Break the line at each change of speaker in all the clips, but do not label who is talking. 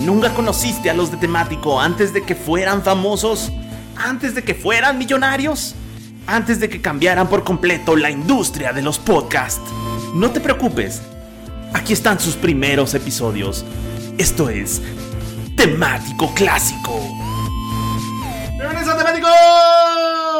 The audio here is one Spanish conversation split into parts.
¿Nunca conociste a los de temático antes de que fueran famosos? ¿Antes de que fueran millonarios? ¿Antes de que cambiaran por completo la industria de los podcasts? No te preocupes, aquí están sus primeros episodios. Esto es temático clásico.
¡Bienvenidos a temático!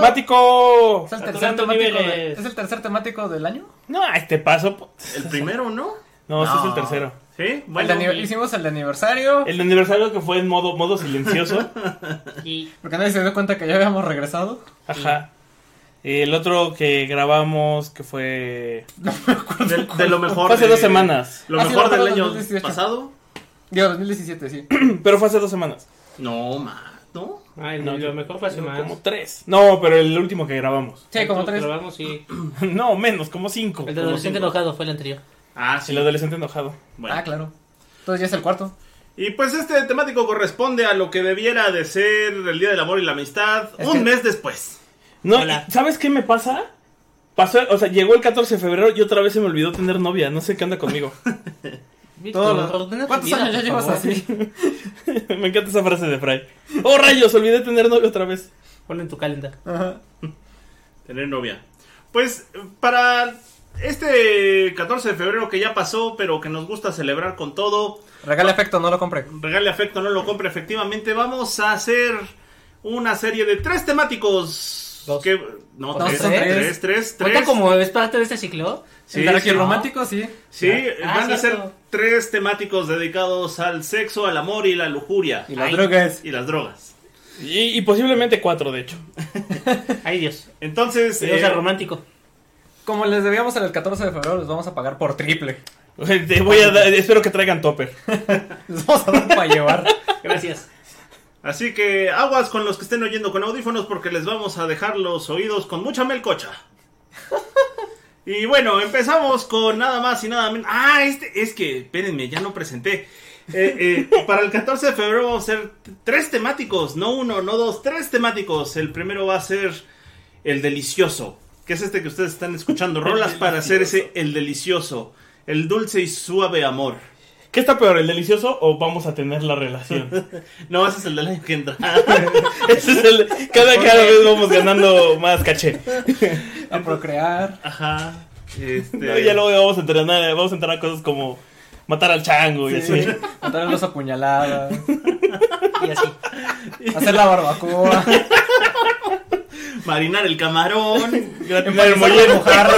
¡Mático!
¿Es el,
A
tercer
tantos
temático de-
niveles.
¿Es el tercer temático del año?
No, a este paso. po-
El primero, ¿no?
No, ese es el
No.
tercero.
Sí,
El
bueno.
de aniver- hicimos el de aniversario.
El de aniversario que fue en modo, modo silencioso.
Y
Porque nadie se dio cuenta que ya habíamos regresado.
Ajá. El otro que grabamos que fue.
De, de lo mejor.
Fue hace
de-
dos semanas.
Lo
Ah, sí,
mejor
lo mejor
del año
2018.
pasado.
Digo, 2017, sí.
Pero fue hace dos semanas.
No, más, ¿no?
Ay,
No,
no, lo mejor fue hace más.
Como tres. No, pero el último que grabamos.
Sí, como
Tanto
tres.
Probamos, sí.
no, menos, como cinco.
El de adolescente
cinco.
enojado fue el anterior.
Ah,
El adolescente enojado.
Bueno.
Ah, claro. Entonces ya es el cuarto.
Y pues este temático corresponde a lo que debiera de ser el Día del Amor y la Amistad
Es
un
que-
mes después.
No,
Hola.
¿y ¿sabes qué me pasa? Pasó, o sea, llegó el 14 de febrero y otra vez se me olvidó tener novia. No sé qué anda conmigo.
Todo
Víctor,
lo-
ordena tu
¿Cuántos
vida,
años ya
por
llevas
favor.
así?
me encanta esa frase de Fry. ¡Oh, rayos! Olvidé tener novia otra vez.
Ponlo en tu calendar.
Ajá.
Tener novia. Pues para este 14 de febrero que ya pasó, pero que nos gusta celebrar con todo,
Regala efecto, no lo compré.
regale afecto, no lo compre efectivamente, vamos a hacer una serie de tres temáticos.
Dos.
Que, no,
Dos,
tres,
tres.
tres, tres,
Cuenta
tres.
como es parte de este ciclo.
Sí,
el de aquí
sí.
romántico, sí.
Sí,
Ah,
van a ser
cierto.
tres temáticos dedicados al sexo, al amor y la lujuria.
Y las
Ay.
drogas.
Y las drogas.
Y, y posiblemente cuatro, de hecho.
Ay, Dios.
Entonces,
Sería
eh,
romántico.
Como les debíamos en el 14 de febrero, les vamos a pagar por triple.
Te voy a dar- espero que traigan topper.
Les vamos a dar para llevar.
Gracias.
así que aguas con los que estén oyendo con audífonos porque les vamos a dejar los oídos con mucha melcocha. Y bueno, empezamos con nada más y nada menos. Ah, este, es que, espérenme, ya no presenté. Eh, eh, para el 14 de febrero vamos a hacer tres temáticos, no uno, no dos, tres temáticos. El primero va a ser el delicioso, que es este que ustedes están escuchando. Rolas para hacer ese el delicioso, el dulce y suave amor.
¿Qué está peor, el delicioso o vamos a tener la relación?
No, ese es el del año que entra.
Ese es el- cada, cada vez vamos ganando más caché.
A procrear.
Ajá. Este...
No, ya luego vamos a entrenar, vamos a entrar a cosas como matar al chango y así.
Matar a los apuñaladas.
Y así.
Hacer la barbacoa.
Marinar el camarón.
Gratinar el
Empezar
mollero.
a mojarra.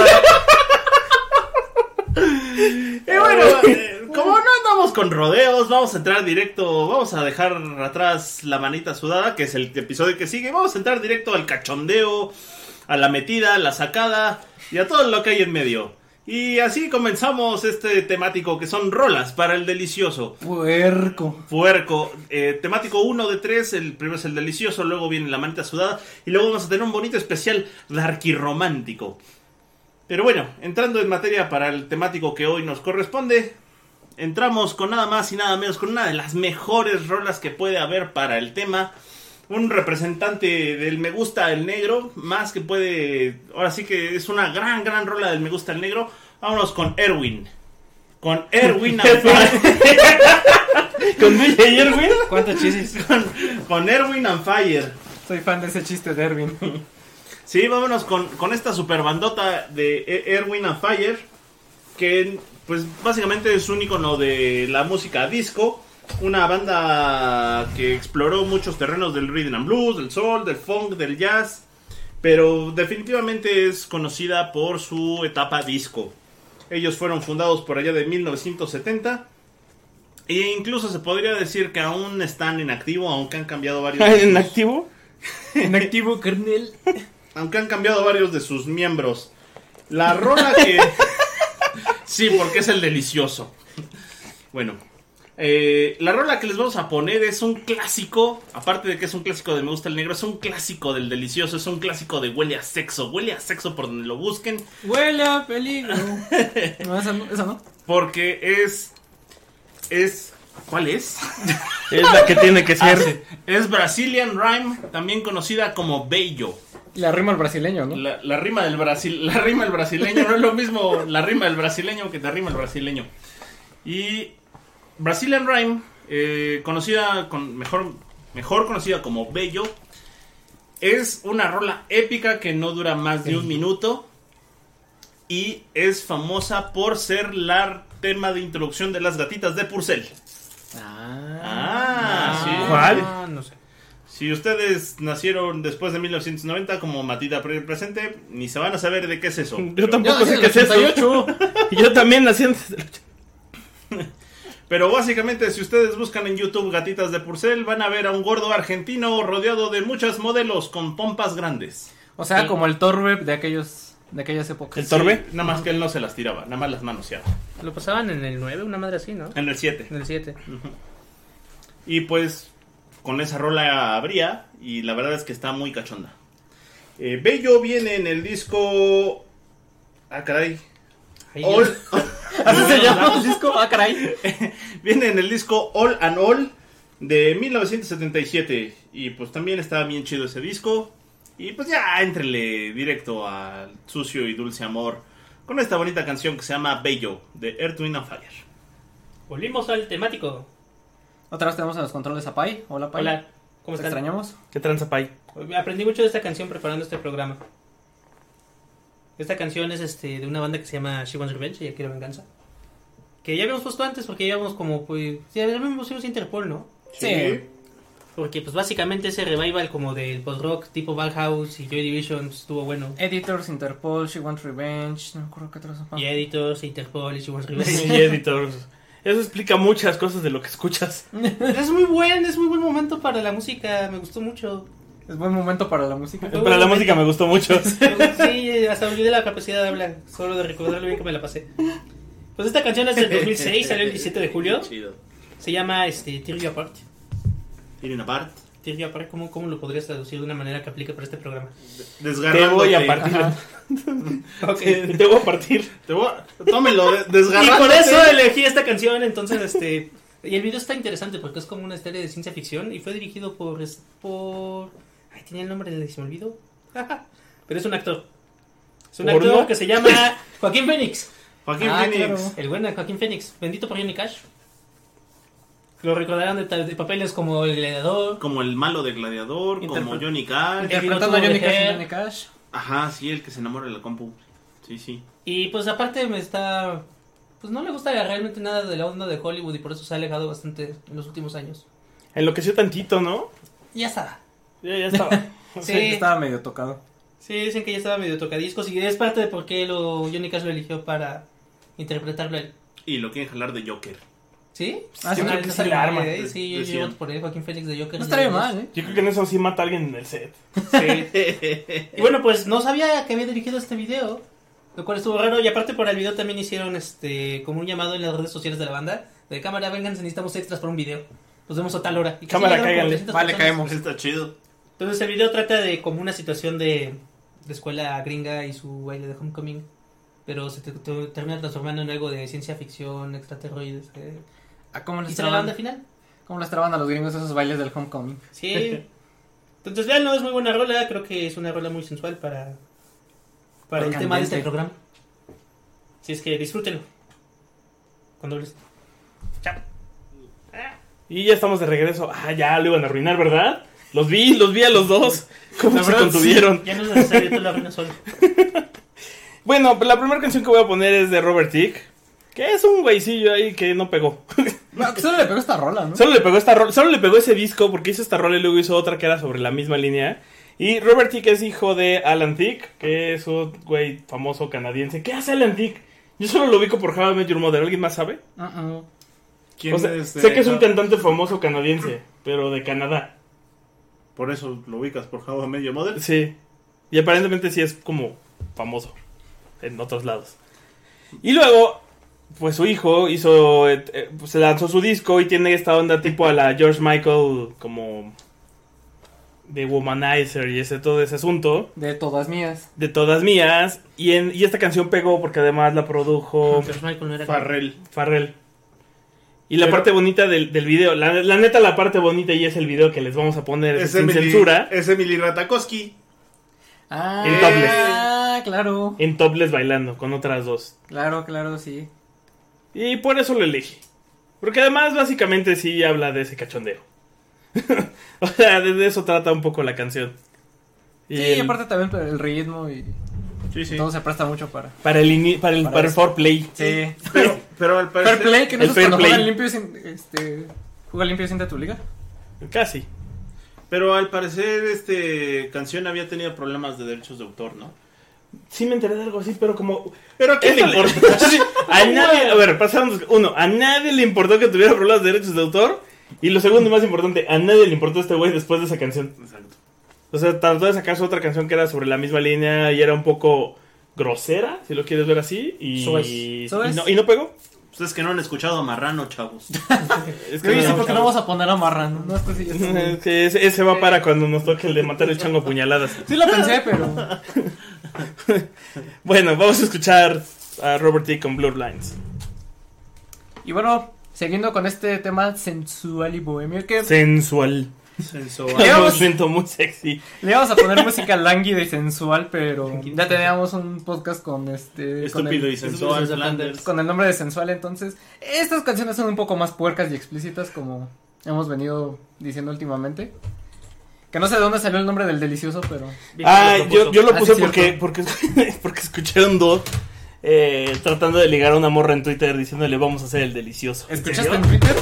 Y bueno, eh, como no andamos con rodeos, vamos a entrar directo, vamos a dejar atrás la manita sudada, que es el episodio que sigue, vamos a entrar directo al cachondeo, a la metida, a la sacada y a todo lo que hay en medio. Y así comenzamos este temático que son rolas para el delicioso.
Puerco.
Puerco, eh, temático 1 de 3, el primero es el delicioso, luego viene la manita sudada y luego vamos a tener un bonito especial darkirromántico. Pero bueno, entrando en materia para el temático que hoy nos corresponde, entramos con nada más y nada menos, con una de las mejores rolas que puede haber para el tema. Un representante del Me Gusta el Negro, más que puede, ahora sí que es una gran, gran rola del Me Gusta el Negro. Vámonos con Erwin. Con Erwin Alfaro.
Con Luis ayer, güey.
¿Cuántos chistes?
Con Erwin and Fire.
Soy fan de ese chiste de Erwin.
Sí, vámonos con, con esta super bandota de E- Erwin and Fire. Que pues básicamente es un icono de la música disco. Una banda que exploró muchos terrenos del rhythm and blues, del soul, del funk, del jazz. Pero definitivamente es conocida por su etapa disco. Ellos fueron fundados por allá de 1970. E incluso se podría decir que aún están en activo, aunque han cambiado varios.
¿En activo?
Inactivo, carnel.
Aunque han cambiado varios de sus miembros. La rola que. sí, porque es el delicioso. Bueno. eh, la rola que les vamos a poner es un clásico. Aparte de que es un clásico de Me gusta el negro, es un clásico del delicioso. Es un clásico de huele a sexo. Huele a sexo por donde lo busquen.
Huele a peligro. No, esa no. Esa no.
Porque es. Es. ¿Cuál es?
Es la que tiene que
Ah,
ser.
sí, Es Brazilian Rhyme, también conocida como Bello.
Le arrimo al brasileño, ¿no?
La, la rima del Brasil, la rima del brasileño no es lo mismo la rima del brasileño que la rima del brasileño. Y Brazilian Rhyme, eh, conocida con mejor, mejor conocida como Bello, es una rola épica que no dura más de un minuto y es famosa por ser la tema de introducción de las gatitas de Purcell. Ah, sí.
¿Cuál?
No sé.
Si ustedes nacieron después de 1990 como Matita pre- presente, ni se van a saber de qué es eso.
Yo
Pero-
tampoco
Yo
sé
nací
qué
en
es eso. Yo también nací en...
Pero básicamente, si ustedes buscan en YouTube gatitas de Purcell, van a ver a un gordo argentino rodeado de muchas modelos con pompas grandes.
O sea, como el Torbe de aquellos de aquellas épocas.
¿El Torbe?
Sí, nada más que él no se las tiraba, nada más las manoseaba.
Lo pasaban en el 9, una madre así, ¿no?
En el 7.
En el 7.
Y pues, con esa rola habría, y la verdad es que está muy cachonda. Eh, Bello viene en el disco. Ah, caray. All-
Así se llama el disco. Ah, caray.
Viene en el disco All and All de 1977. Y pues también está bien chido ese disco. Y pues ya entrele directo al sucio y dulce amor con esta bonita canción que se llama Bello de Earth, Wind and Fire.
Volvimos al temático.
Otra vez tenemos en los controles a Pai. Hola, Pai.
Hola, ¿cómo
¿Te
están?
extrañamos?
¿Qué tranza, Pai?
Aprendí mucho de esta canción preparando este programa. Esta canción es este de una banda que se llama She Wants Revenge, ella quiere venganza. Que ya habíamos puesto antes porque ya habíamos como pues ya habíamos pusimos Interpol, ¿no?
Sí.
Porque pues básicamente ese revival como del post rock tipo Valhouse y Joy Division pues, estuvo bueno.
Editors, Interpol, She Wants Revenge. No me acuerdo qué otras.
Y Editors, Interpol y She Wants
Sí,
Revenge.
editors. Eso explica muchas cosas de lo que escuchas.
es muy buen, es muy buen momento para la música, me gustó mucho.
Es buen momento para la música.
Pero la música me gustó mucho.
Sí, eh, hasta olvidé la capacidad de hablar, solo de recordarlo bien que me la pasé. Pues esta canción es del 2006, salió el 17 de julio.
Chido.
Se llama este, Tear You Apart.
Tienen apart.
Tear You Apart, ¿cómo, ¿cómo lo podrías traducir de una manera que aplique para este programa?
Te
Desgarrándote.
voy a partir. Te voy a partir.
Te voy a- Tómelo, de-
Y
desgarrándote.
por eso elegí esta canción, entonces este... Y el video está interesante porque es como una historia de ciencia ficción y fue dirigido por... es- por... Ay, tenía el nombre, se me olvidó. Pero es un actor. Es un
¿Porno?
actor que se llama Joaquín Phoenix.
Joaquín
Ah,
Phoenix.
claro.
El buen Joaquín Phoenix, bendito por Johnny Cash. Lo recordarán de, ta- de papeles como El Gladiador.
Como el malo de Gladiador, como
Interpre-
Johnny
Inter-
Cash.
Interpretando a Johnny
Dejar.
Cash y Johnny Cash.
Ajá, sí, el que se enamora de la compu. Sí, sí.
Y pues aparte me está... Pues no le gusta realmente nada de la onda de Hollywood y por eso se ha alejado bastante en los últimos años.
Enloqueció tantito, ¿no?
Y ya estaba.
Ya, ya estaba.
Sí.
Estaba medio tocado.
Sí, dicen que ya estaba medio tocadiscos y es parte de por qué lo, Johnny Cash lo eligió para interpretarlo a él.
Y lo quieren jalar de Joker.
¿Sí?
Ah, sí,
Ah,
creo que
no
sí
sale
la
mal,
arma,
¿eh? Sí, yo, yo
decían.
voto por él, Joaquín Phoenix de Joker.
No estaría mal, ¿eh?
Yo creo que en eso sí mata a alguien en el set.
¿eh?
Sí. Y bueno, pues no sabía que había dirigido este video, lo cual estuvo raro. Y aparte por el video también hicieron este como un llamado en las redes sociales de la banda. De cámara, vénganse, necesitamos extras para un video. Nos vemos a tal hora. Y casi
Cámara,
llegaron como
cáiganle.
300
Vale,
personas.
caemos.
Está chido.
Entonces el video trata de como una situación de, de escuela gringa y su baile de homecoming. Pero se te- te- termina transformando en algo de ciencia ficción, extraterroides. eh.
Ah, ¿Cómo
¿Y
les
será la banda
traban,
final?
¿Cómo les traban a los gringos esos bailes del homecoming?
Sí. Entonces, vean, no es muy buena rola. Creo que es una rola muy sensual para, para el
Candente.
tema de este programa. Así es que disfrútenlo. Cuando hables. Chao.
Y ya estamos de regreso. Ah, ya lo iban a arruinar, ¿verdad? Los vi, los vi a los dos. ¿Cómo
La
se
verdad,
contuvieron?
Ya no es necesario, tú lo arruinas solo.
Bueno, pues la primera canción que voy a poner es de Robert Tick. Que es un güeycillo ahí que no pegó.
No, que solo le pegó esta rola, ¿no?
Solo le pegó esta rola- solo le pegó ese disco porque hizo esta rola y luego hizo otra que era sobre la misma línea. Y Robert Thicke es hijo de Alan Thicke, que es un güey famoso canadiense. ¿Qué hace Alan Thicke? Yo solo lo ubico por How I Met Your Mother. ¿Alguien más sabe?
Uh-uh.
¿Quién
O sea,
es,
sé
eh,
que es un
Har-
cantante famoso canadiense, pero de Canadá.
Por eso lo ubicas por Java Medio Model.
Sí. Y aparentemente sí es como famoso en otros lados. Y luego, pues su hijo hizo, eh, eh, se lanzó su disco y tiene esta onda tipo a la George Michael como de womanizer y ese todo ese asunto
De todas mías.
de todas mías y en y esta canción pegó porque además la produjo
George Michael no era.
Farrell.
Oh, Farrell. Y la
Pero-
parte bonita del, del video, la, la neta la parte bonita y es el video que les vamos a poner es
Es
sin
Emily,
censura
es Emily Ratakowski.
Ah,
En topless.
Ah, claro.
en topless bailando con otras dos.
Claro, claro, sí.
Y por eso lo elegí. Porque además, básicamente, sí habla de ese cachondeo. o sea, de de eso trata un poco la canción. Y
Sí,
el-
aparte también el ritmo y
Sí, sí.
todo se presta mucho para.
Para el, ini- para el, para
Para
el
eso.
foreplay.
Sí.
Pero, pero al parecer.
Fair play, que no
el
es
fair
cuando
play.
juega limpio y sin, este, juega limpio y sin de tu liga.
Casi.
Pero al parecer, este canción había tenido problemas de derechos de autor, ¿no?
Sí me enteré de algo así, pero como...
Pero ¿a quién le
Esto le-
importa?
Sí, a nadie... A ver, pasaron dos- Uno, a nadie le importó que tuviera problemas de derechos de autor. Y lo segundo más importante, a nadie le importó este güey después de esa canción.
Exacto.
O sea, trató de sacarse otra canción que era sobre la misma línea y era un poco grosera, si lo quieres ver así. Y,
Soez.
y
Soez.
no, y no pegó.
Ustedes que no han escuchado a Marrano, chavos.
Es
Sí,
no-
sí, porque no vamos a poner a Marrano. No, este sí, ya está bien.
Es que ese, ese va para cuando nos toque el de matar el chango a puñaladas.
sí lo pensé, pero.
Bueno, vamos a escuchar a Robert T. con Blur Lines.
Y bueno, siguiendo con este tema sensual y bohemio, que
Sensual.
Sensual.
Lo
Digamos-
siento muy sexy.
le íbamos a poner música lánguida y sensual, pero ya teníamos un podcast con este.
Estúpido
con
y
el,
sensual. Flanders.
con el nombre de sensual, entonces. Estas canciones son un poco más puercas y explícitas, como hemos venido diciendo últimamente. Que no sé de dónde salió el nombre del delicioso, pero.
Ah,
Lo
yo,
puso.
yo lo
Ah,
puse
sí,
porque, porque, porque escucharon dos eh, tratando de ligar a una morra en Twitter diciéndole vamos a hacer el delicioso.
¿Escuchaste en Twitter?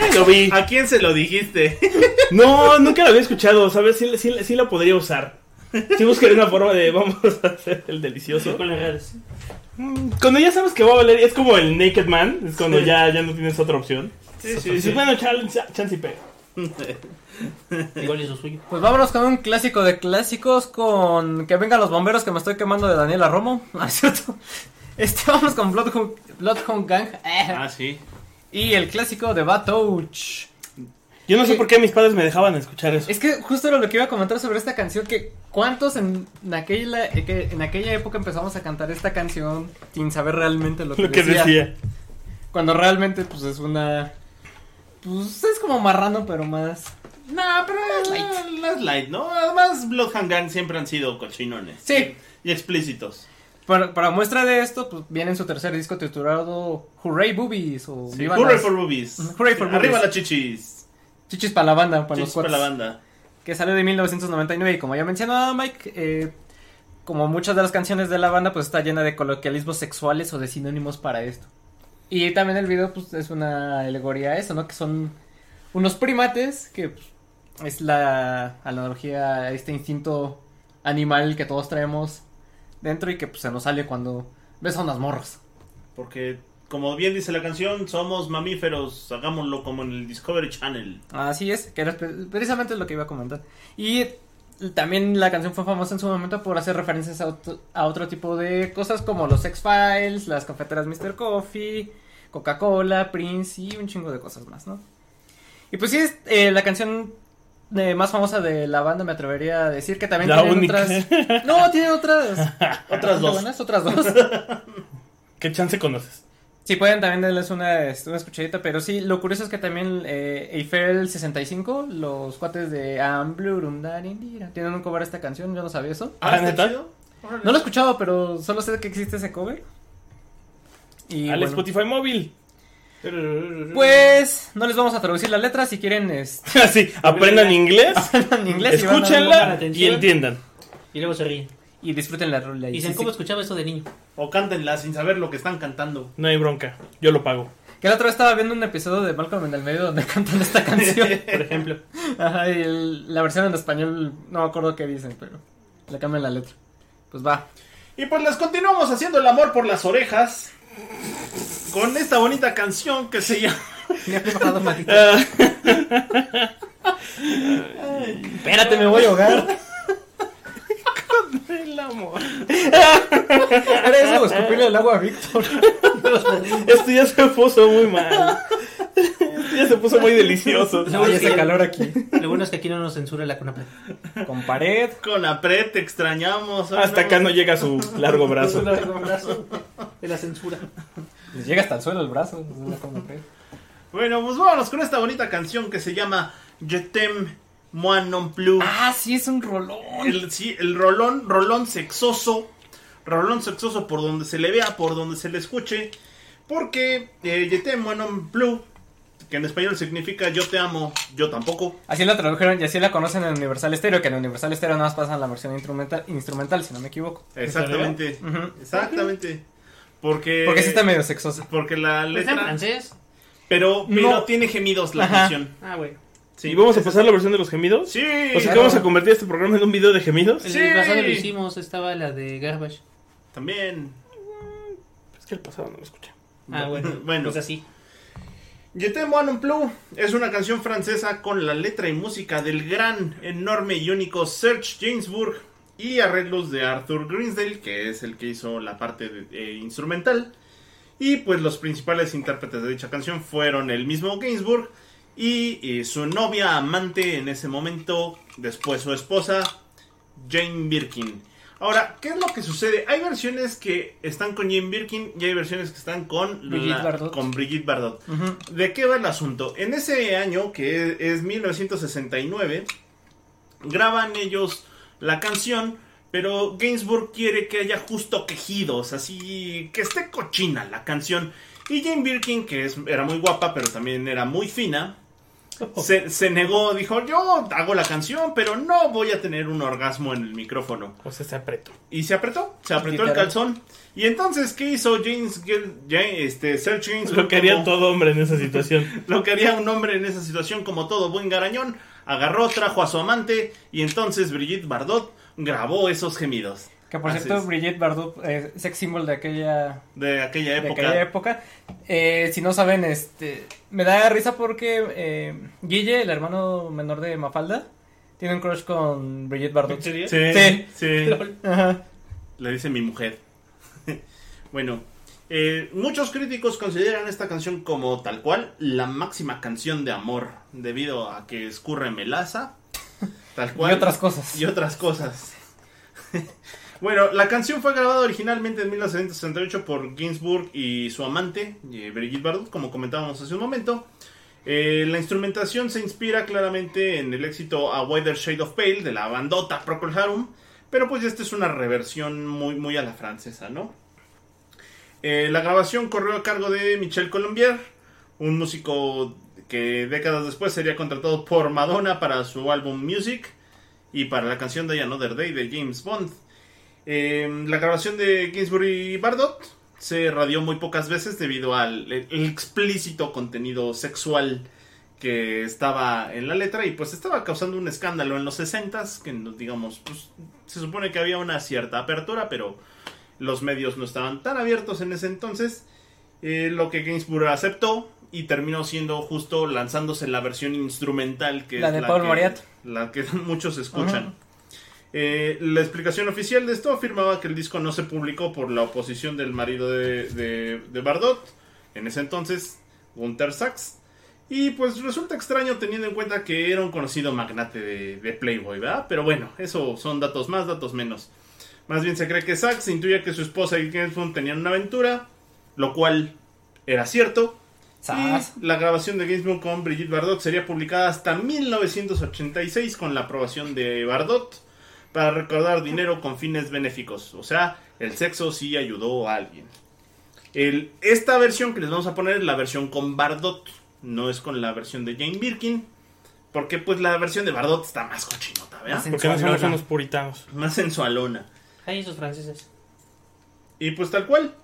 Eh, Lo vi.
¿A quién se lo dijiste?
No, nunca la había escuchado, ¿sabes? Sí, sí, sí la podría usar. Sí buscaré una forma de vamos a hacer el delicioso.
Con las redes.
Mm, Cuando ya sabes que va a valer, es como el Naked Man, es cuando
Sí.
ya, ya no tienes otra opción.
Sí,
Y dices, bueno, chance, chance y pega.
Igual es lo suyo.
Pues vámonos con un clásico de clásicos con Que vengan los bomberos que me estoy quemando de Daniela Romo. Ah, es cierto. Este, vámonos con Bloodhound, Bloodhound Gang. Eh.
Ah, sí.
Y el clásico de Bad Touch.
Yo no sé
Sí.
por qué mis padres me dejaban escuchar eso.
Es que justo era lo que iba a comentar sobre esta canción, que cuántos en, en aquella, eh, que en aquella época empezamos a cantar esta canción sin saber realmente lo que,
Lo que
decía,
decía.
Cuando realmente pues es una... Pues es como marrano, pero más... Nah, pero es light.
Light. Más light, ¿no? Además, Bloodhound Gang siempre han sido cochinones.
Sí,
Y explícitos.
Para, para muestra de esto, pues viene en su tercer disco titulado Hooray Boobies o
Sí.
Viva
Hooray
las
for Boobies.
Ujú, hooray for
Arriba
boobies.
las chichis.
Chichis para la banda, para
chichis
los
para la
cuates,
banda.
que salió de 1999 y como ya mencionaba Mike, eh, como muchas de las canciones de la banda, pues está llena de coloquialismos sexuales o de sinónimos para esto. Y también el video, pues es una alegoría a eso, ¿no? Que son unos primates, que pues, es la analogía a este instinto animal que todos traemos dentro y que pues se nos sale cuando ves a unas morras.
Porque, como bien dice la canción, somos mamíferos. Hagámoslo como en el Discovery Channel.
Así es, que era pre- precisamente lo que iba a comentar. Y también la canción fue famosa en su momento por hacer referencias a otro, a otro tipo de cosas como los X-Files, las cafeteras Mr. Coffee, Coca-Cola, Prince y un chingo de cosas más, ¿no? Y pues sí, es eh, la canción eh, más famosa de la banda, me atrevería a decir que también
La
tienen
única.
otras... No, tiene otras...
Otras dos.
buenas, otras dos.
¿Qué chance conoces?
Sí, pueden también darles una, este, una escuchadita, pero sí, lo curioso es que también eh, Eiffel 65, los cuates de Am Blurum Darin Dira, tienen un cover a esta canción, yo no sabía eso.
Ah,
¿está
¿neta?
chido? Órale.
No lo he escuchado, pero solo sé que existe ese cover. Y
Al
Ah,
bueno,
Spotify móvil.
pues no les vamos a traducir la letra, si quieren este,
Así, aprendan inglés,
en inglés y van a-
escúchenla y
atención.
entiendan.
Y luego se ríen.
y disfruten la rola. y
Y dicen,
sí,
¿cómo
sí.
escuchaba eso de niño?
O cántenla sin saber lo que están cantando.
No hay bronca, yo lo pago.
Que la otra vez estaba viendo un episodio de Malcolm en el medio donde cantan esta canción.
Por ejemplo.
Ajá, y el- la versión en español, no me acuerdo qué dicen, pero le cambian la letra. Pues va.
Y pues les continuamos haciendo el amor por las orejas. Con esta bonita canción que se llama.
Me ha preparado, Matita.
Ah,
Espérate, me voy a ahogar.
el amor.
Era eso, escupirle el agua a Víctor.
Esto ya se puso muy mal. Esto ya se puso muy delicioso.
No,
Ay,
es
ese
que-
calor aquí.
Lo bueno es que aquí no nos censura la CONAPRED.
Con pared.
Con la pre, te extrañamos.
Ah,
ay,
Hasta acá no llega su largo brazo.
De la censura.
Les llega hasta el suelo el brazo. pues, no con pared.
Bueno, pues vámonos con esta bonita canción que se llama Je t'aime, moi non plus.
Ah, sí, es un rolón.
El, sí, el rolón, rolón sexoso. Rolón sexoso por donde se le vea, por donde se le escuche. Porque eh, Je t'aime, moi non plus que en español significa yo te amo, yo tampoco.
Así la tradujeron y así la conocen en Universal Stereo, que en Universal Stereo nada más pasan la versión instrumental, instrumental si no me equivoco.
Exactamente.
Ujú.
Exactamente. Porque,
Porque sí está medio sexosa.
porque la
¿Pues ¿Está en
letra...
francés?
Pero, pero
No.
tiene gemidos la
Ajá.
canción.
Ah, bueno.
Sí.
¿Y vamos a pasar la versión de los gemidos?
Sí.
O sea que
claro.
vamos a convertir este programa en un video de gemidos.
El
Sí.
pasado lo hicimos, estaba la de Garbage.
También.
Es que el pasado no lo escuché.
Ah, bueno.
Bueno.
Pues así.
Je t'aime un Unplugged es una canción francesa con la letra y música del gran, enorme y único Serge Gainsbourg y arreglos de Arthur Greensdale, que es el que hizo la parte de- eh, instrumental. Y pues los principales intérpretes de dicha canción fueron el mismo Gainsbourg y eh, su novia amante en ese momento, después su esposa, Jane Birkin. Ahora, ¿qué es lo que sucede? Hay versiones que están con Jane Birkin y hay versiones que están con,
Brigitte
la-
Bardot.
con Brigitte Bardot.
Ujú.
¿De qué va el asunto? En ese año, que es, es 1969, graban ellos la canción, pero Gainsbourg quiere que haya justo quejidos, así que esté cochina la canción. Y Jane Birkin, que es- era muy guapa, pero también era muy fina, se, se negó, dijo, yo hago la canción, pero no voy a tener un orgasmo en el micrófono.
O sea, se apretó.
Y se apretó, se apretó el
Literal.
calzón. Y entonces, ¿qué hizo James, Gil- Ja- este, Serge Gainsbourg?
Lo que haría
como-
todo hombre en esa situación.
lo que haría un hombre en esa situación, como todo buen garañón, agarró, trajo a su amante y entonces Brigitte Bardot grabó esos gemidos.
Que por
Así
cierto,
es.
Brigitte Bardot, eh, sex symbol de aquella
de aquella
de
época.
aquella época. Eh, si no saben, este, me da risa porque eh, Guille, el hermano menor de Mafalda, tiene un crush con Brigitte Bardot.
¿En serio?
Sí,
Sí.
sí.
Ajá.
le dice mi mujer. bueno, eh, muchos críticos consideran esta canción como tal cual la máxima canción de amor, debido a que escurre melaza, tal
Y
cual.
otras cosas.
y otras cosas. bueno, la canción fue grabada originalmente en 1968 por Ginsburg y su amante, eh, Brigitte Bardot, como comentábamos hace un momento. Eh, la instrumentación se inspira claramente en el éxito A Wider Shade of Pale de la bandota Procol Harum, pero pues esta es una reversión muy, muy a la francesa, ¿no? Eh, la grabación corrió a cargo de Michel Colombier, un músico que décadas después sería contratado por Madonna para su álbum Music y para la canción de Another Day de James Bond. Eh, la grabación de Ginsburg y Bardot se radió muy pocas veces debido al el- el explícito contenido sexual que estaba en la letra y pues estaba causando un escándalo en los 60s, que no- digamos, pues se supone que había una cierta apertura, pero los medios no estaban tan abiertos en ese entonces, eh, lo que Ginsburg aceptó y terminó siendo justo lanzándose la versión instrumental que
La
es
de Paul
que-
Moriarty.
la que muchos
Ajá.
escuchan. Eh, la explicación oficial de esto afirmaba que el disco no se publicó por la oposición del marido de, de- de Bardot, en ese entonces Gunther Sachs. Y pues resulta extraño teniendo en cuenta que era un conocido magnate de, de Playboy, ¿verdad? Pero bueno, eso son datos más, datos menos. Más bien se cree que Sachs intuía que su esposa y Ginsburg tenían una aventura, lo cual era cierto,
Sas.
y la grabación de Gainsbourg con Brigitte Bardot sería publicada hasta 1986 con la aprobación de Bardot para recaudar dinero con fines benéficos. O sea, el sexo sí ayudó a alguien. El- esta versión que les vamos a poner es la versión con Bardot, no es con la versión de Jane Birkin, porque pues la versión de Bardot está más cochinota, ¿verdad?
Más
Porque no
Sensualona.
somos unos puritanos.
Más sensualona.
Hay esos franceses.
Y pues tal cual.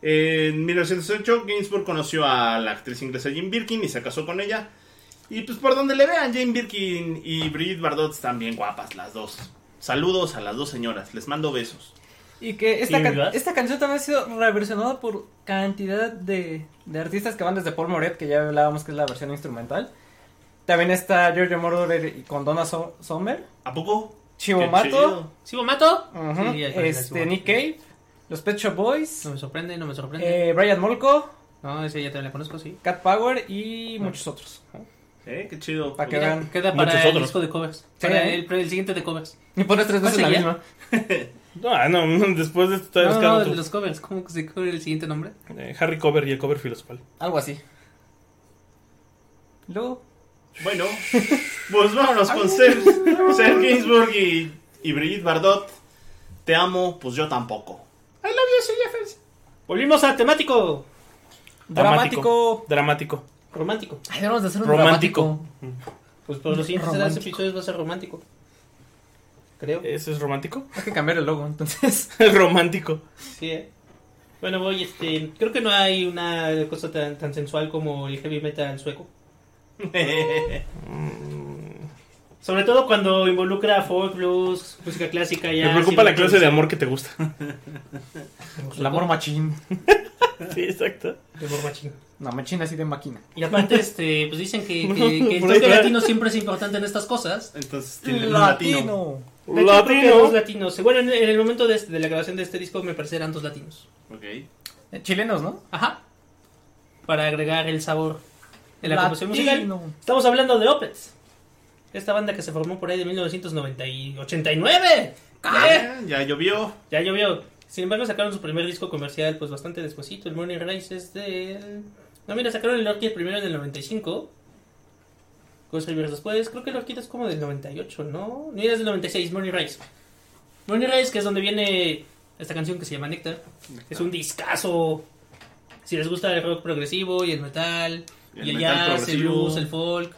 En 1908 Gainsbourg conoció a la actriz inglesa Jane Birkin y se casó con ella. Y pues por donde le vean, Jane Birkin y Brigitte Bardot están bien guapas las dos. Saludos a las dos señoras, les mando besos.
Y que esta,
Sí,
can-
¿verdad?
esta canción también ha sido reversionada por cantidad de, de artistas que van desde Paul Moret, que ya hablábamos que es la versión instrumental. También está Giorgio Moroder y con Donna So- Sommer,
¿A poco?
Chivo
Qué
Mato,
chido.
¿Sí, mato?
ujú,
Sí, hay cosas
este,
así,
Nick
Bomato.
Cave, los Pet Shop Boys,
No me sorprende, no me sorprende.
eh, Brian Molko,
No, ese ya también la conozco, sí.
Cat Power y muchos otros.
Eh, qué chido.
Pa' que-
Queda,
Quedan
queda
muchos
para el
otros.
disco de covers. Para
¿eh?
el, pre- el siguiente de covers.
Y pones tres veces la
¿Cuál
misma.
No, ah, no, no, después de esto todavía
No, no,
buscando
el de
tu-
los covers. ¿Cómo que se cubre el siguiente nombre?
eh, Harry Cover y el cover filosofal.
Algo así. Luego,
Bueno, pues vámonos con Ser, Ser Gainsbourg y, y Brigitte Bardot. Te amo, pues yo tampoco.
Volvimos a temático.
dramático.
Dramático.
Romántico.
Ay, deberíamos de hacer un
Romántico.
romántico.
Pues por los siguientes tres episodios va a ser romántico. Creo.
¿Eso es romántico?
Hay que cambiar el logo, entonces.
romántico.
Sí, eh. Bueno, voy, este, creo que no hay una cosa tan, tan sensual como el heavy metal sueco.
Mm.
Sobre todo cuando involucra folk, blues, música clásica. Ya,
Me preocupa
sí,
la clase de amor que te gusta.
El amor machín.
sí, exacto.
de amor machín.
No, machín así de máquina.
Y aparte, este, pues dicen que, que,
No,
que el
por ahí
toque
va.
latino siempre es importante en estas cosas.
Entonces tiene un latino.
De hecho, creo que
Latino.
dos latinos. Bueno, en, en el momento de, de la grabación de este disco me parecerán dos latinos.
Ok.
Eh, Chilenos, ¿no?
Ajá. Para agregar el sabor en la composición musical.
Latino.
Estamos hablando de Opeth. Esta banda que se formó por ahí de 1989. ¿Qué?
Ah, ya llovió.
Ya llovió. Sin embargo, sacaron su primer disco comercial pues bastante despuesito. El Morning Rise es del... No, mira, sacaron el Orchid primero en el 95. Cosa Rivers después. Creo que el Orchid es como del 98, ¿no? Mira, es del 96, Morning Rise. Morning Rise, que es donde viene esta canción que se llama Nectar. Es un discazo. Si les gusta el rock progresivo y el metal,
El
y el
metal
jazz, el
progresivo.
blues, el folk. y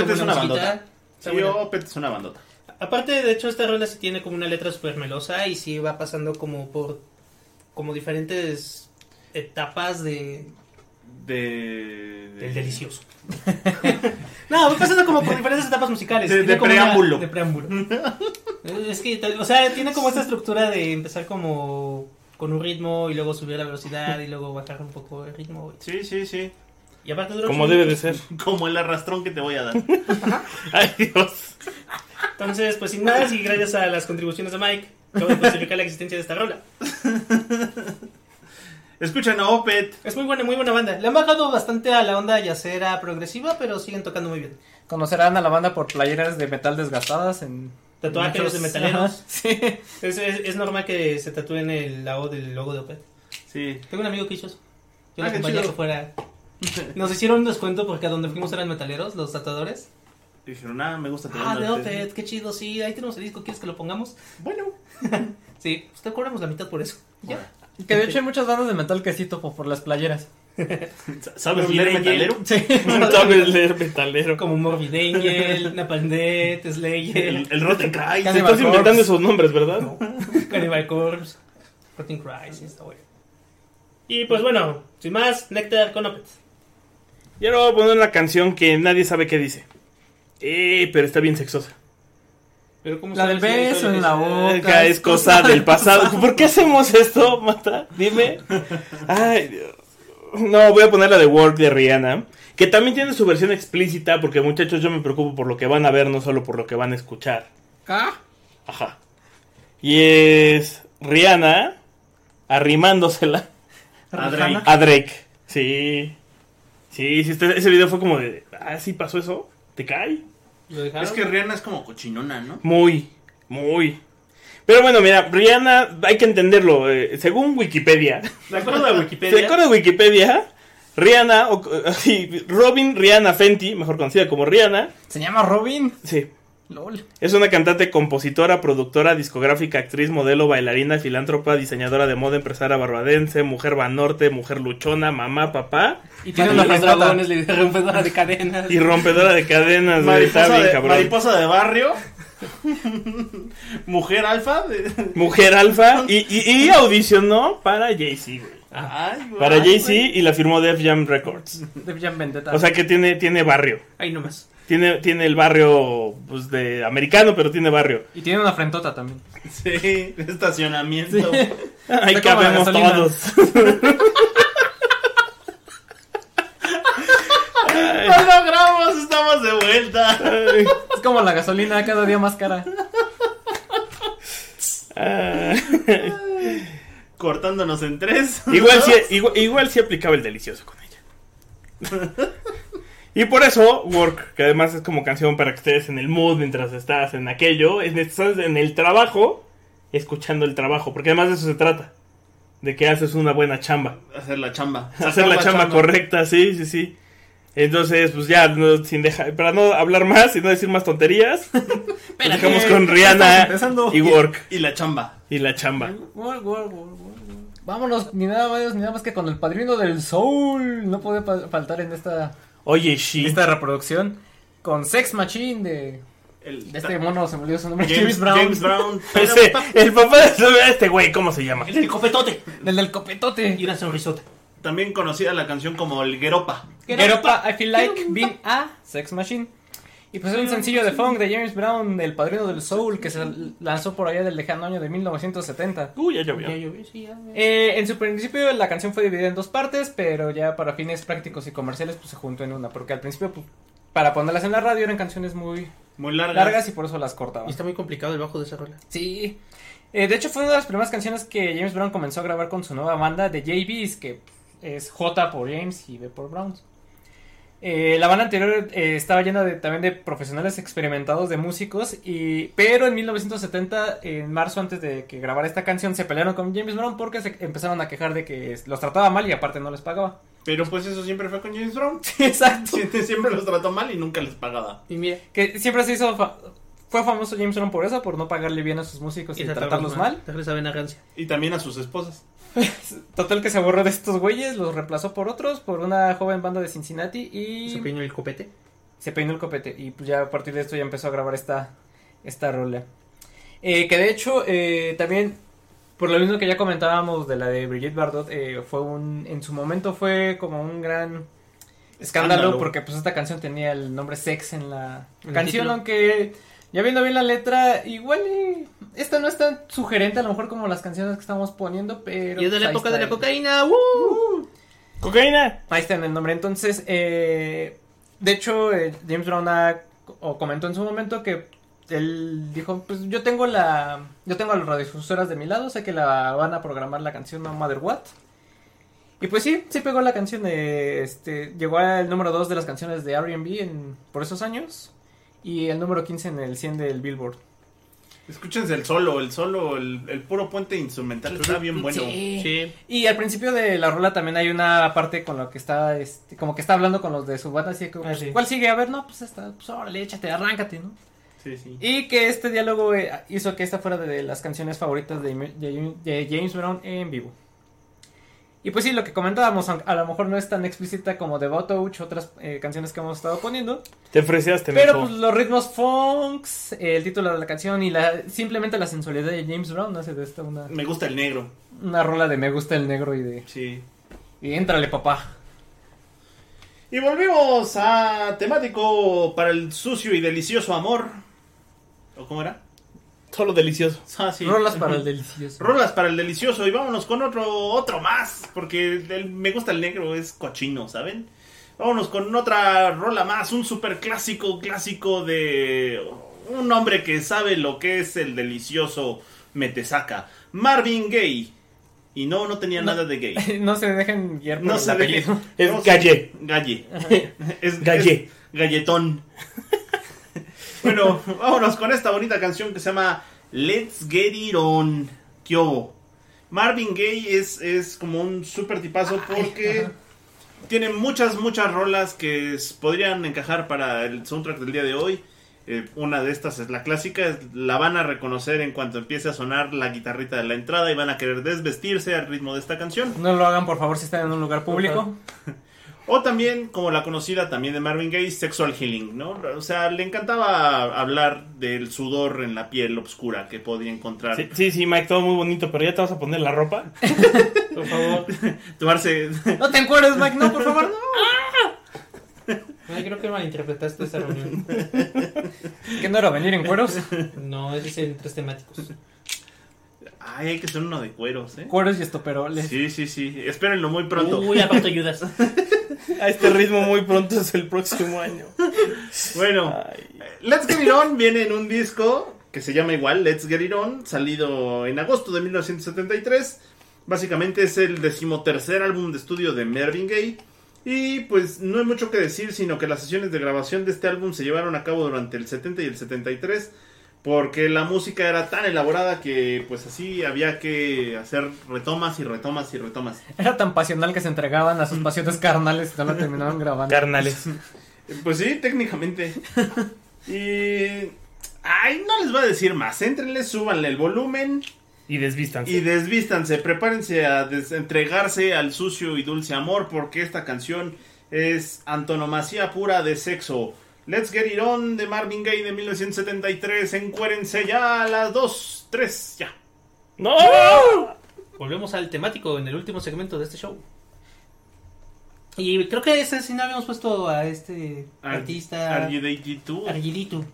como
es
la
una
musiquita.
bandota.
Está
Sí,
buena.
Opeth es una bandota.
oh. Aparte, de hecho, esta rola sí tiene como una letra súper melosa y sí va pasando como por como diferentes etapas de,
De.
del delicioso. no, va pasando como por diferentes etapas musicales.
De-
Tiene
de
como una-
preámbulo.
de preámbulo. es que, o sea, tiene como esta estructura de empezar como con un ritmo y luego subir la velocidad y luego bajar un poco el ritmo.
Sí, sí, sí.
Y aparte dura
Como
un-
debe de ser.
Como el arrastrón que te voy a dar.
Ay, Dios.
Entonces, pues sin más y gracias a las contribuciones de Mike, acabo de justificar la existencia de esta rola.
Escuchan a Opeth.
Es muy buena, muy buena banda. Le han bajado bastante a la onda yacera progresiva, pero siguen tocando muy bien.
Conocerán a la banda por playeras de metal desgastadas en...
Tatuajes
muchos-
de metaleros.
Ajá, Sí.
Es, es- es normal que se tatúen el la O del logo de Opet.
Sí.
Tengo un amigo que hizo eso. Yo
Ah,
lo
qué
acompañé
chido.
afuera. Nos hicieron un descuento porque a donde fuimos eran metaleros, los tatuadores.
Dijeron, ah, me gusta tu
Ah,
banda".
de Opet, qué chido, sí, ahí tenemos el disco, ¿quieres que lo pongamos?
Bueno.
Sí, pues te cobramos la mitad por eso. Ya.
Que de hecho hay muchas bandas de metal que sí topo por las playeras.
¿Sabes
Morbid
leer
Angel.
metalero?
Sí.
Sabes leer metalero.
Como Morbid Angel, Napalm Death, Slayer,
El, el Rotten Cry.
Casi
Te estás
Corpse.
inventando esos nombres, ¿verdad?
Cannibal Corpse, Rotten Christ, está bueno. Y pues bueno, sin más, Nectar con Opet.
Y ahora voy a poner una canción que nadie sabe qué dice. Eh, pero está bien sexosa.
Pero ¿cómo
La del
sabes eso?
beso en la boca.
Acá es cosa del pasado. ¿Por qué hacemos esto, Mata? Dime. Ay, Dios. No, voy a poner la de Work de Rihanna. Que también tiene su versión explícita. Porque, muchachos, yo me preocupo por lo que van a ver, no solo por lo que van a escuchar.
Ah,
Ajá. Y es Rihanna arrimándosela
A
Rihanna.
Drake.
a Drake. Sí. Sí, sí, este- ese video fue como de. Ah, sí pasó eso. ¿Te cae?
¿Lo dejaron?
Es que Rihanna es como cochinona, ¿no?
Muy, muy. Pero bueno, mira, Rihanna, hay que entenderlo. eh, según Wikipedia,
De acuerdo a
de
Wikipedia.
acuerdo a Wikipedia, Rihanna, o- sí, Robin Rihanna Fenty, mejor conocida como Rihanna,
Se llama Robin.
sí,
LOL.
es una cantante, compositora, productora, discográfica, actriz, modelo, bailarina, filántropa, diseñadora de moda, empresaria barbadense, mujer banorte, mujer luchona, mamá, papá
Y
tiene
tiene
una
los
cadenata.
dragones, le rompedora de cadenas.
y rompedora de cadenas, güey, está
Mariposa
bien,
de,
cabrón.
mariposa de barrio. Mujer alfa. de-
Mujer alfa y, y- y audicionó para Jay-Z, güey.
Ah.
Ay, güey.
Para Jay-Z y la firmó Def Jam Records.
Def Jam Vendetta.
O sea que tiene, tiene barrio.
Ahí nomás.
Tiene, tiene el barrio pues, de americano, pero tiene barrio.
Y tiene una frentota también.
Sí, estacionamiento.
Ahí
Está como la
cabemos
gasolina.
todos.
¡Lo logramos! ¡Estamos de vuelta!
Ay,
Es como la gasolina cada día más cara.
ah.
Cortándonos en tres.
igual, sí, igual, igual sí aplicaba el delicioso con ella. Y por eso, Work, que además es como canción para que estés en el mood mientras estás en aquello, es- estás en el trabajo, escuchando el trabajo, porque además de eso se trata, de que haces una buena chamba.
Hacer la chamba.
hacer la chamba correcta, sí, sí, sí. Entonces, pues ya, no, sin dejar, para no hablar más y no decir más tonterías, nos dejamos con Rihanna
empezando.
y Work
Y la chamba.
y la chamba.
Wor, wor, wor, wor. Vámonos, ni nada más, ni nada más que con el padrino del soul. No puede pa- faltar en esta
Oye, sí.
Lista de reproducción con Sex Machine de,
El-
de este mono, se me olvidó su nombre,
James,
James Brown.
James Brown. pero- pues,
Ese- el papá de este güey, ¿cómo se llama?
El copetote
Del del copetote.
y una sonrisota.
También conocida la canción como El Gueropa.
Geropa, I feel like being a Sex Machine. Y pues es un sencillo de funk de James Brown, el padrino del soul, que se lanzó por allá del lejano año de 1970.
Uy, ya llovió.
Ya llovió, sí, ya.
Eh, en su principio la canción fue dividida en dos partes, pero ya para fines prácticos y comerciales pues se juntó en una, porque al principio pues, para ponerlas en la radio eran canciones muy
Muy larga.
largas y por eso las cortaban.
Y está muy complicado el bajo de esa rola.
Sí. Eh, de hecho, fue una de las primeras canciones que James Brown comenzó a grabar con su nueva banda de JBs, que es J por James y B por Browns. Eh, la banda anterior eh, estaba llena de, también de profesionales experimentados de músicos, y, pero en 1970, en marzo antes de que grabara esta canción, se pelearon con James Brown porque se empezaron a quejar de que los trataba mal y aparte no les pagaba.
Pero pues eso siempre fue con James Brown.
Exacto.
Sie- Siempre los trató mal y nunca les pagaba.
Y mira,
Que siempre se hizo... fa- fue famoso James Brown por eso, por no pagarle bien a sus
Pues
músicos y, tratarlos mal.
Dejarles a venagrancia.
Y también a sus esposas.
Total que se borró de estos güeyes, los reemplazó por otros, por una joven banda de Cincinnati y
Se peinó el copete.
se peinó el copete. Y pues ya a partir de esto ya empezó a grabar esta, esta rola. Eh, que de hecho eh, también, por lo mismo que ya comentábamos de la de Brigitte Bardot, eh, fue un, en su momento fue como un gran escándalo,
Escándalo.
porque pues esta canción tenía el nombre sex en la
En el
canción,
título.
aunque ya viendo bien la letra, igual y esta no es tan sugerente a lo mejor como las canciones que estamos poniendo, pero...
Y es de
pues,
la
ahí
época
está
de la
el-
cocaína. ¡uh!
¡Cocaína!
Ahí está en el nombre. Entonces, eh, de hecho, eh, James Brown ha- o comentó en su momento que él dijo, pues yo tengo la, yo tengo a las radiodifusoras de mi lado, sé que la van a programar la canción No Matter What. Y pues sí, sí pegó la canción, eh, este, llegó al número 2 de las canciones de R&B en- por esos años y el número 15 en el 100 del Billboard.
Escúchense el solo, el solo, el, el puro puente instrumental está bien bueno.
Sí.
Y al principio de la rola también hay una parte con la que está, este, como que está hablando con los de su banda, así que,
Ah, sí.
¿cuál sigue? A ver, no, pues esta, pues órale, échate, arráncate, ¿no?
Sí, sí.
Y que este diálogo eh, hizo que esta fuera de las canciones favoritas de, de- de James Brown en vivo. Y pues sí, lo que comentábamos, aunque a lo mejor no es tan explícita como The Touch, otras eh, canciones que hemos estado poniendo,
Te freseaste,
pero
mijo.
pues los ritmos funks, el título de la canción y la simplemente la sensualidad de James Brown hace de esta una,
Me gusta el negro.
una rola de me gusta el negro y de...
Sí.
Y éntrale, papá.
Y volvimos a temático para el sucio y delicioso amor. ¿O cómo era?
Solo delicioso.
Ah, sí.
Rolas para el delicioso.
Rolas para el delicioso y vámonos con otro otro más, porque el- me gusta el negro, es cochino, ¿saben? Vámonos con otra rola más, un super clásico, clásico de un hombre que sabe lo que es el delicioso metesaca, Marvin Gaye. Y no, no tenía
No.
nada de gay.
no se dejen guiar por
No
el
se
apellido.
deje-
Es
no se-
Gaye.
Gaye. Es
Gaye.
es galletón. bueno, vámonos con esta bonita canción que se llama Let's Get It On. ¿Qué hubo? Marvin Gaye es, es como un super tipazo porque tiene muchas, muchas rolas que es- podrían encajar para el soundtrack del día de hoy. Eh, una de estas es la clásica, es- la van a reconocer en cuanto empiece a sonar la guitarrita de la entrada y van a querer desvestirse al ritmo de esta canción.
No lo hagan, por favor, si están en un lugar público.
O también, como la conocida también de Marvin Gaye, Sexual Healing, ¿no? O sea, le encantaba hablar del sudor en la piel obscura que podía encontrar.
Sí, sí, sí, Mike, todo muy bonito, pero ya te vas a poner la ropa.
Por favor.
Tomarse...
No te encueres, Mike, no, por favor, no.
Ay, creo que malinterpretaste esa reunión.
¿Qué no era venir en cueros?
No, ese es en tres temáticos.
Ay, hay que ser uno de cueros, ¿eh?
Cueros y estoperoles.
Sí, sí, sí. Espérenlo muy pronto.
Uy, a cuánto ayudas.
A este ritmo muy pronto es el próximo año.
Bueno,
Ay.
Eh, Let's Get It On viene en un disco que se llama igual Let's Get It On, salido en agosto de 1973. Básicamente es el decimotercer álbum de estudio de Marvin Gaye. Y pues no hay mucho que decir, sino que las sesiones de grabación de este álbum se llevaron a cabo durante el 70 y el 73, porque la música era tan elaborada que pues así había que hacer retomas y retomas y retomas.
Era tan pasional que se entregaban a sus pasiones carnales y no la terminaban grabando.
Carnales.
Pues sí, técnicamente. y... Ay, no les voy a decir más. Éntrenle, súbanle el volumen.
Y desvístanse.
Y desvístanse, prepárense a desentregarse al sucio y dulce amor porque esta canción es antonomasia pura de sexo. Let's Get It On de Marvin Gaye de 1973. Encuérense ya a las 2, 3, ya.
¡No!
Volvemos al temático en el último segmento de este show. Y creo que ese sí no habíamos puesto a este artista.
RGD2.
Argidito.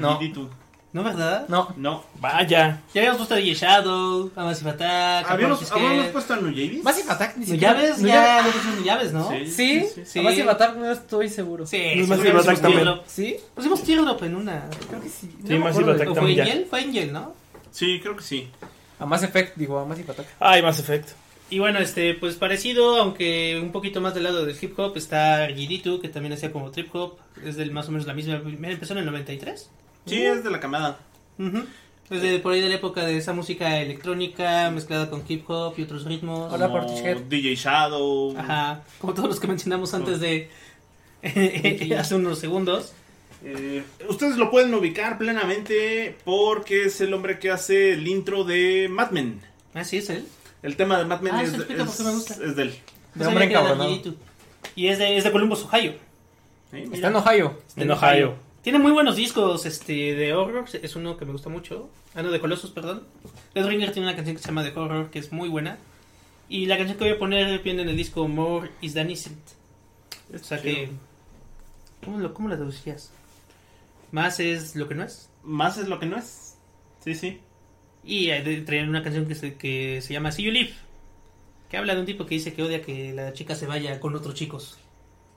No.
RGD2.
¿No, verdad?
No,
No.
Vaya.
Ya habíamos puesto a DJ Shadow, a Massive Attack, a
¿Habíamos,
Portishead.
habíamos puesto a New Javis?
Massive Attack ni
No,
siquiera.
llaves,
no,
ya habíamos puesto en llaves, ¿no?
Sí.
Sí,
Sí,
sí.
a Massive Attack no estoy seguro.
Sí,
Los
sí,
Massive Attack
pusimos
también.
Teardrop.
¿Sí?
Pusimos Teardrop en una.
Creo que sí.
Sí,
me
Massive
acuerdo de-
¿O
Attack.
fue
También ya.
Angel? Fue Angel, ¿no?
Sí, creo que sí.
A Mass Effect, digo, a Massive Attack.
Ay, Mass Effect.
Y bueno, este, pues parecido, aunque un poquito más del lado del hip hop, está Argidito, que también hacía como trip hop. Es del más o menos la misma. Empezó en el 93.
Sí, es de la camada.
Ujú. Desde por ahí de la época de esa música electrónica mezclada con hip hop y otros ritmos.
Hola,
Como
Portishead.
DJ Shadow.
Ajá, como todos los que mencionamos antes de hace unos segundos.
Eh, ustedes lo pueden ubicar plenamente porque es el hombre que hace el intro de Mad Men.
Ah, sí, es él.
El tema de Mad Men
Ah,
es,
eso explica por qué me
es-
gusta.
es de él.
De
No
hombre
sabía que era
encabronado.
Argidito. Y es de, es de Columbus, Ohio.
Sí, mira.
Está en Ohio.
En Ohio.
Tiene muy buenos discos este, de horror. Es uno que me gusta mucho. Ah, no, de Colossus, perdón. Death Ringer tiene una canción que se llama The Horror, que es muy buena. Y la canción que voy a poner viene en el disco More Is Than Isn't. O sea que. ¿Cómo, lo, cómo la traducías? Más es lo que no es.
Más es lo que no es. Sí, sí.
Y eh, de- traían una canción que se, que se llama See You Live. Que habla de un tipo que dice que odia que la chica se vaya con otros chicos.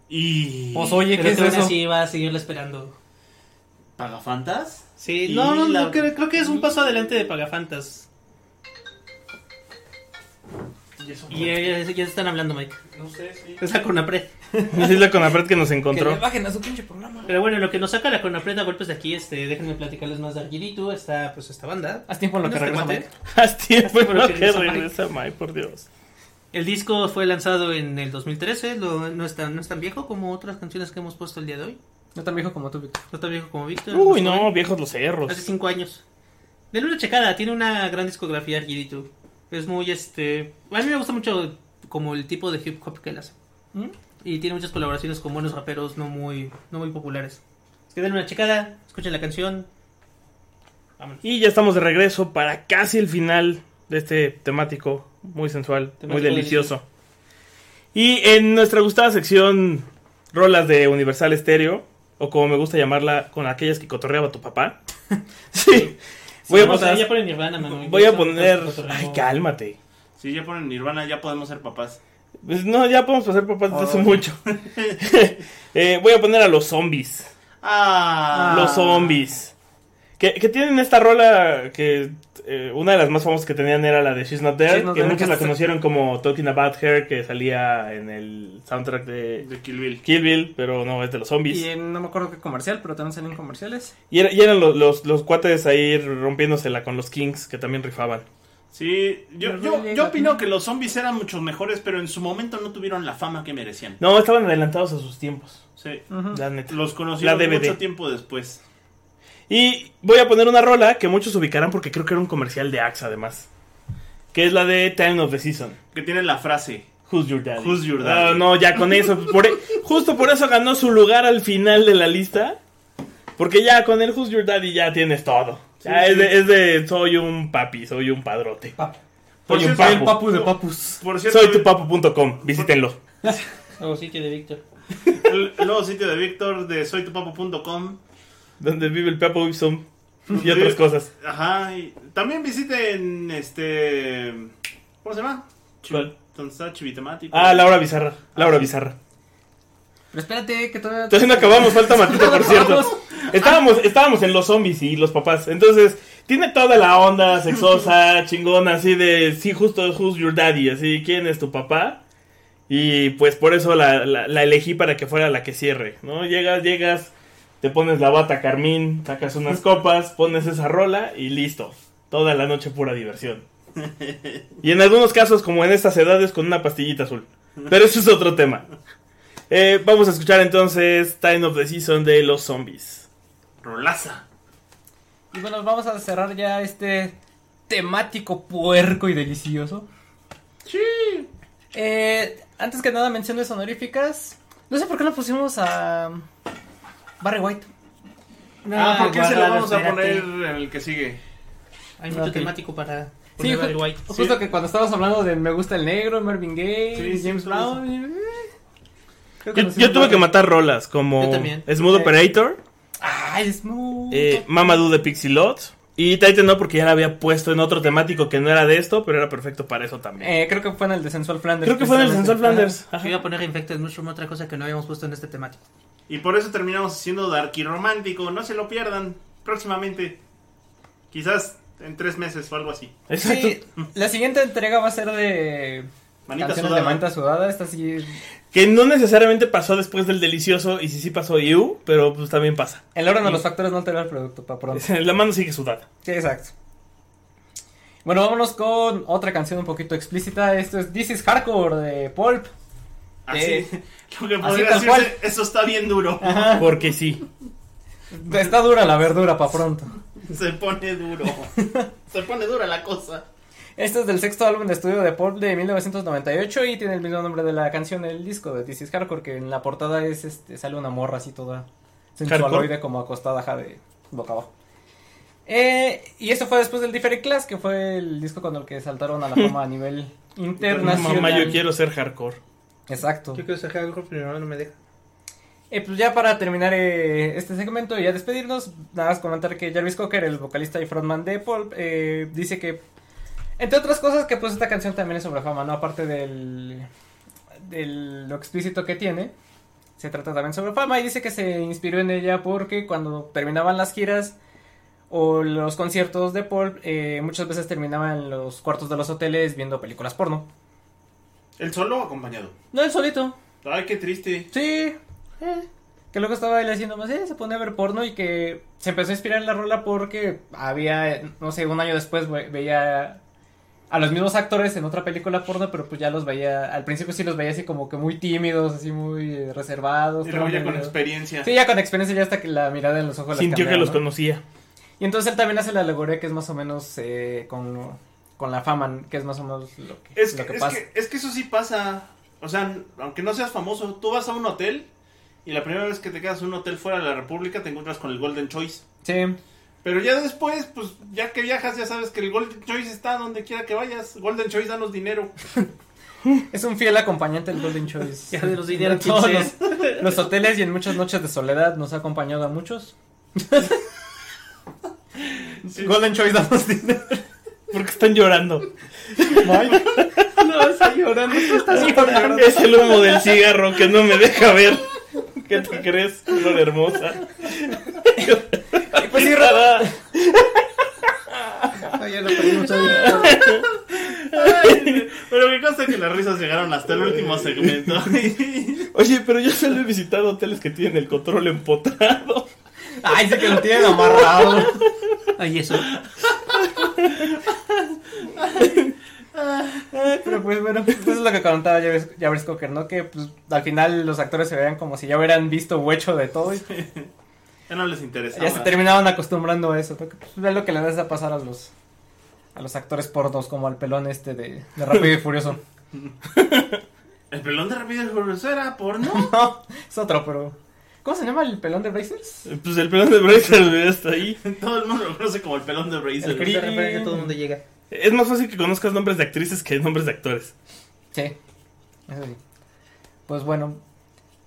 Y.
Pues oye,
Pero
¿qué es
que aún
eso?
así va a seguirla esperando.
¿Pagafantas?
Sí,
Y
no, no, no,
la-
creo, creo que es un paso adelante de Pagafantas.
Y eso.
Y ya, ya- ya están hablando, Mike.
No sé, sí.
Es la Conapred.
Esa es Pues la Conapred que nos encontró.
bajen a su pinche programa.
Pero bueno, lo que nos saca la Conapred a golpes de aquí, este, déjenme platicarles más de Argilitu, esta, pues, esta banda.
Haz tiempo en lo que
Este
regresa
cuate.
Mike.
Haz tiempo
Haz tiempo
lo que
regresa Mike.
regresa Mike, por Dios.
El disco fue lanzado en el 2013, lo- no, es tan, no es tan viejo como otras canciones que hemos puesto el día de hoy.
No tan viejo como tú, Vic.
No tan viejo como Víctor.
Uy,
más
no,
joven.
viejos los cerros.
Hace cinco años. Denle una checada, tiene una gran discografía Argilitu. Es muy, este... A mí me gusta mucho como el tipo de hip hop que él hace.
¿Mm?
Y tiene muchas colaboraciones con buenos raperos no muy, no muy populares. Es que denle una checada, escuchen la canción. Vámonos.
Y ya estamos de regreso para casi el final de este temático muy sensual, muy
Temático
delicioso. Y en nuestra gustada sección rolas de Universal Stereo, o como me gusta llamarla, con aquellas que cotorreaba tu papá. sí. Voy a
Vamos
poner,
ya ponen Nirvana, mano.
voy a
Eso,
poner,
eso, eso,
ay,
no.
cálmate.
Si ya ponen Nirvana, ya podemos ser papás.
Pues no, ya podemos pasar papás desde hace
Oh.
mucho. Eh, voy a poner a los zombies.
Ah,
Los zombies. Que, que tienen esta rola que eh, una de las más famosas que tenían era la de She's Not There,
She's Not
que
There,
muchos
que
la
se-
conocieron como Talking About Her, que salía en el soundtrack de
de Kill Bill.
Kill Bill, pero no, es de los zombies.
Y
Y,
en- no me acuerdo qué comercial, pero también salen comerciales.
era- y eran los, los, los cuates ahí rompiéndosela con los Kings, que también rifaban.
Sí, yo,
Pero
yo,
really
yo
got
opino
me.
que los zombies eran muchos mejores, pero en su momento no tuvieron la fama que merecían.
No, estaban adelantados a sus tiempos,
Sí,
Ujú.
la neta.
los conocieron
La DVD.
mucho tiempo después.
Y voy a poner una rola que muchos ubicarán porque creo que era un comercial de Axe además, que es la de Time of the Season.
Que tienen la frase.
Who's your daddy?
Who's your daddy?
Ah, no, ya con eso. por e- justo por eso ganó su lugar al final de la lista. Porque ya con el Who's your daddy ya tienes todo. Ya
Sí,
es, de,
sí.
es de soy un papi, soy un padrote.
Papu.
Por
Soy un
cierto,
papu.
Papu de
el
papus.
Por cierto,
Soy tu papu.com, visítenlo.
Oh, sitio de Víctor.
el nuevo sitio de Víctor de soytupapo.com.
Donde vive el papu Gibson y otras cosas.
Ajá, y también visiten este. ¿Cómo se llama?
¿Cuál?
Tonsa Chivitemático.
Ah, Laura Bizarra. Laura Bizarra.
Pero espérate, que todavía.
Entonces no acabamos, falta Matito, por cierto. Estábamos, estábamos en los zombies y los papás. Entonces, tiene toda la onda sexosa, chingona, así de, sí, justo, who's your daddy, así, ¿quién es tu papá? Y pues por eso la, la- la elegí para que fuera la que cierre, ¿no? Llegas, llegas, te pones la bata carmín, sacas unas copas, pones esa rola y listo. Toda la noche pura diversión. Y en algunos casos, como en estas edades, con una pastillita azul. Pero eso es otro tema. Eh, vamos a escuchar entonces Time of the Season de los zombies.
Rolaza.
Y bueno, vamos a cerrar ya este temático puerco y Eh, delicioso. Sí. antes que nada, menciones honoríficas. No sé por qué no pusimos a. Barry White.
No,
Ah, ¿por qué se lo
guarda,
vamos a
espérate.
poner en el que sigue?
Hay mucho
Ok.
temático para
Sí,
poner Barry
ju-
White.
justo
Sí.
que cuando estábamos hablando de Me gusta el negro, Mervyn Gaye,
Sí, sí,
James
sí,
Brown. eh, creo que
Yo,
nos
yo tuve
hicimos
que matar rolas como
Yo también.
Smooth
Eh,
Operator,
Ah, es muy.
eh, Mamadou de Pixilot y Titan no porque ya la había puesto en otro temático que no era de esto, pero era perfecto para eso también.
Eh, creo que fue en el de Sensual Flanders.
Creo que fue en el Sensual
precisamente.
Flanders.
Yo iba a poner Infected Mushroom, otra cosa que no habíamos puesto en este temático.
Y por eso terminamos haciendo Darky Romántico. No se lo pierdan próximamente. Quizás en tres meses o algo así.
Exacto.
Sí, la siguiente entrega va a ser de.
Manita
canciones
sudada.
de manta sudada. Esta sí.
Que no necesariamente pasó después del delicioso y sí sí pasó You, pero pues también pasa.
El orden de los factores no altera el producto, para pronto.
La mano sigue sudada.
Sí, exacto. Bueno, vámonos con otra canción un poquito explícita. Esto es This is Hardcore de Pulp.
Así.
Eh,
lo que
así
podría
tal
decirse,
cual.
eso está bien duro.
Ah.
Porque sí.
Está dura la verdura, para pronto.
Se pone duro. Se pone dura la cosa.
Este es del sexto álbum de estudio de Pulp de 1998 y tiene el mismo nombre de la canción del disco de This is Hardcore, que en la portada es este, sale una morra así toda sensualoide como acostada ajá, de boca abajo. Eh, y eso fue después del Different Class, que fue el disco con el que saltaron a la fama a nivel internacional.
Mamá, yo quiero ser hardcore.
Exacto.
Yo quiero sacar algo, pero no me deja.
Eh, pues ya para terminar eh, este segmento y ya despedirnos, nada más comentar que Jarvis Cocker, el vocalista y frontman de Paul, eh, dice que, entre otras cosas, que pues esta canción también es sobre fama, ¿no? Aparte del, del lo explícito que tiene, se trata también sobre fama y dice que se inspiró en ella porque cuando terminaban las giras o los conciertos de Paul, eh, muchas veces terminaban en los cuartos de los hoteles viendo películas porno.
¿El solo o acompañado?
No, él solito,
Ay, qué triste.
Sí. eh, Que luego estaba él haciendo más, eh, se pone a ver porno y que se empezó a inspirar en la rola porque había, eh, no sé, un año después güey, veía a los mismos actores en otra película porno, pero pues ya los veía, al principio sí los veía así como que muy tímidos, así muy eh, reservados.
Y luego ya
todo
con
medio-
experiencia.
Sí, ya con experiencia, ya hasta que la mirada en los ojos les
Sintió que
cambiaba,
los
¿no?
conocía.
Y entonces él también hace la alegoría que es más o menos eh, con, con la fama, que es más o menos lo que,
Es que,
lo que
es,
pasa.
que, es que eso sí pasa. O sea, aunque no seas famoso, tú vas a un hotel y la primera vez que te quedas en un hotel fuera de la República te encuentras con el Golden Choice.
Sí.
Pero ya después, pues ya que viajas, ya sabes que el Golden Choice está donde quiera que vayas. Golden Choice, danos dinero.
Es un fiel acompañante del Golden Choice.
Ya de los dineros,
En todos
quien
los, los hoteles y en muchas noches de soledad nos ha acompañado a muchos. Golden Choice damos dinero.
Porque están llorando.
No, está llorando. Estás llorando.
Es el humo del cigarro que no me deja ver. ¿Qué te crees, flor hermosa?
Pues sí, Ra-
Rara.
Ah, ya lo perdimos, ¿sabes?
Pero me consta que las risas llegaron hasta el último segmento.
Oye, pero yo solo he visitado hoteles que tienen el control empotado.
Ay, dice que lo tienen amarrado.
Ay, eso.
Pero pues bueno, pues, eso es lo que contaba Jarvis Jarvis Cocker, ¿no? Que pues, al final los actores se veían como si ya hubieran visto huecho de todo y
ya no les interesa.
ya se terminaban acostumbrando a eso. ¿no? Que, pues, es lo que le das a pasar a los a los actores pornos como al pelón este de, de Rápido y Furioso.
El pelón de Rápido y Furioso era porno.
No, es otro, pero. ¿Cómo se llama el pelón de Brazers?
Pues el plan de Brazers ya está ahí.
Todo el mundo lo conoce como el pelón de
El
Brazers.
que se refiere que todo el mundo llega.
Es más fácil que conozcas nombres de actrices que nombres de actores.
Sí. Eso sí. Pues bueno,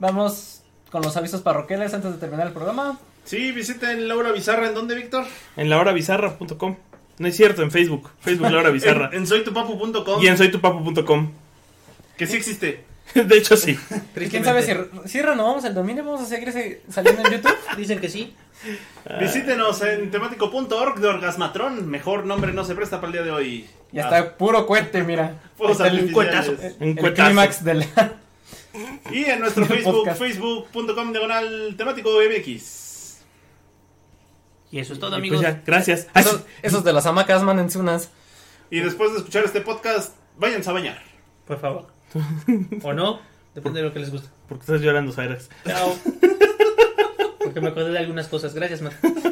vamos con los avisos parroquiales antes de terminar el programa.
Sí, visiten Laura Bizarra. ¿En dónde, Víctor?
En lahorabizarra.com. No es cierto, en Facebook. Facebook Laura Bizarra.
En, en soytupapu.com.
Y en soytupapo.com.
Que sí existe.
De hecho, sí.
¿Y quién sabe si, si renovamos el dominio? ¿Vamos a seguir se- saliendo en YouTube?
Dicen que sí.
Ah.
Visítenos en temático.org de Orgasmatrón. Mejor nombre no se presta para el día de hoy.
Ya
Ah,
está puro cohete, mira.
fuegos
Está el-
artificiales.
el-
Un
el
cuetazo.
clímax de la...
Y en nuestro
Del
Facebook,
podcast.
facebook.com diagonal temático MX.
Y eso es todo,
Y
amigos.
pues ya, gracias. Ay,
Esos, esos de las hamacas, mándense unas.
Y después de escuchar este podcast, váyanse a bañar.
Por favor. O no, depende de lo que les guste.
Porque estás llorando, Cyrus.
Chao. Porque me acordé de algunas cosas. Gracias, Matt.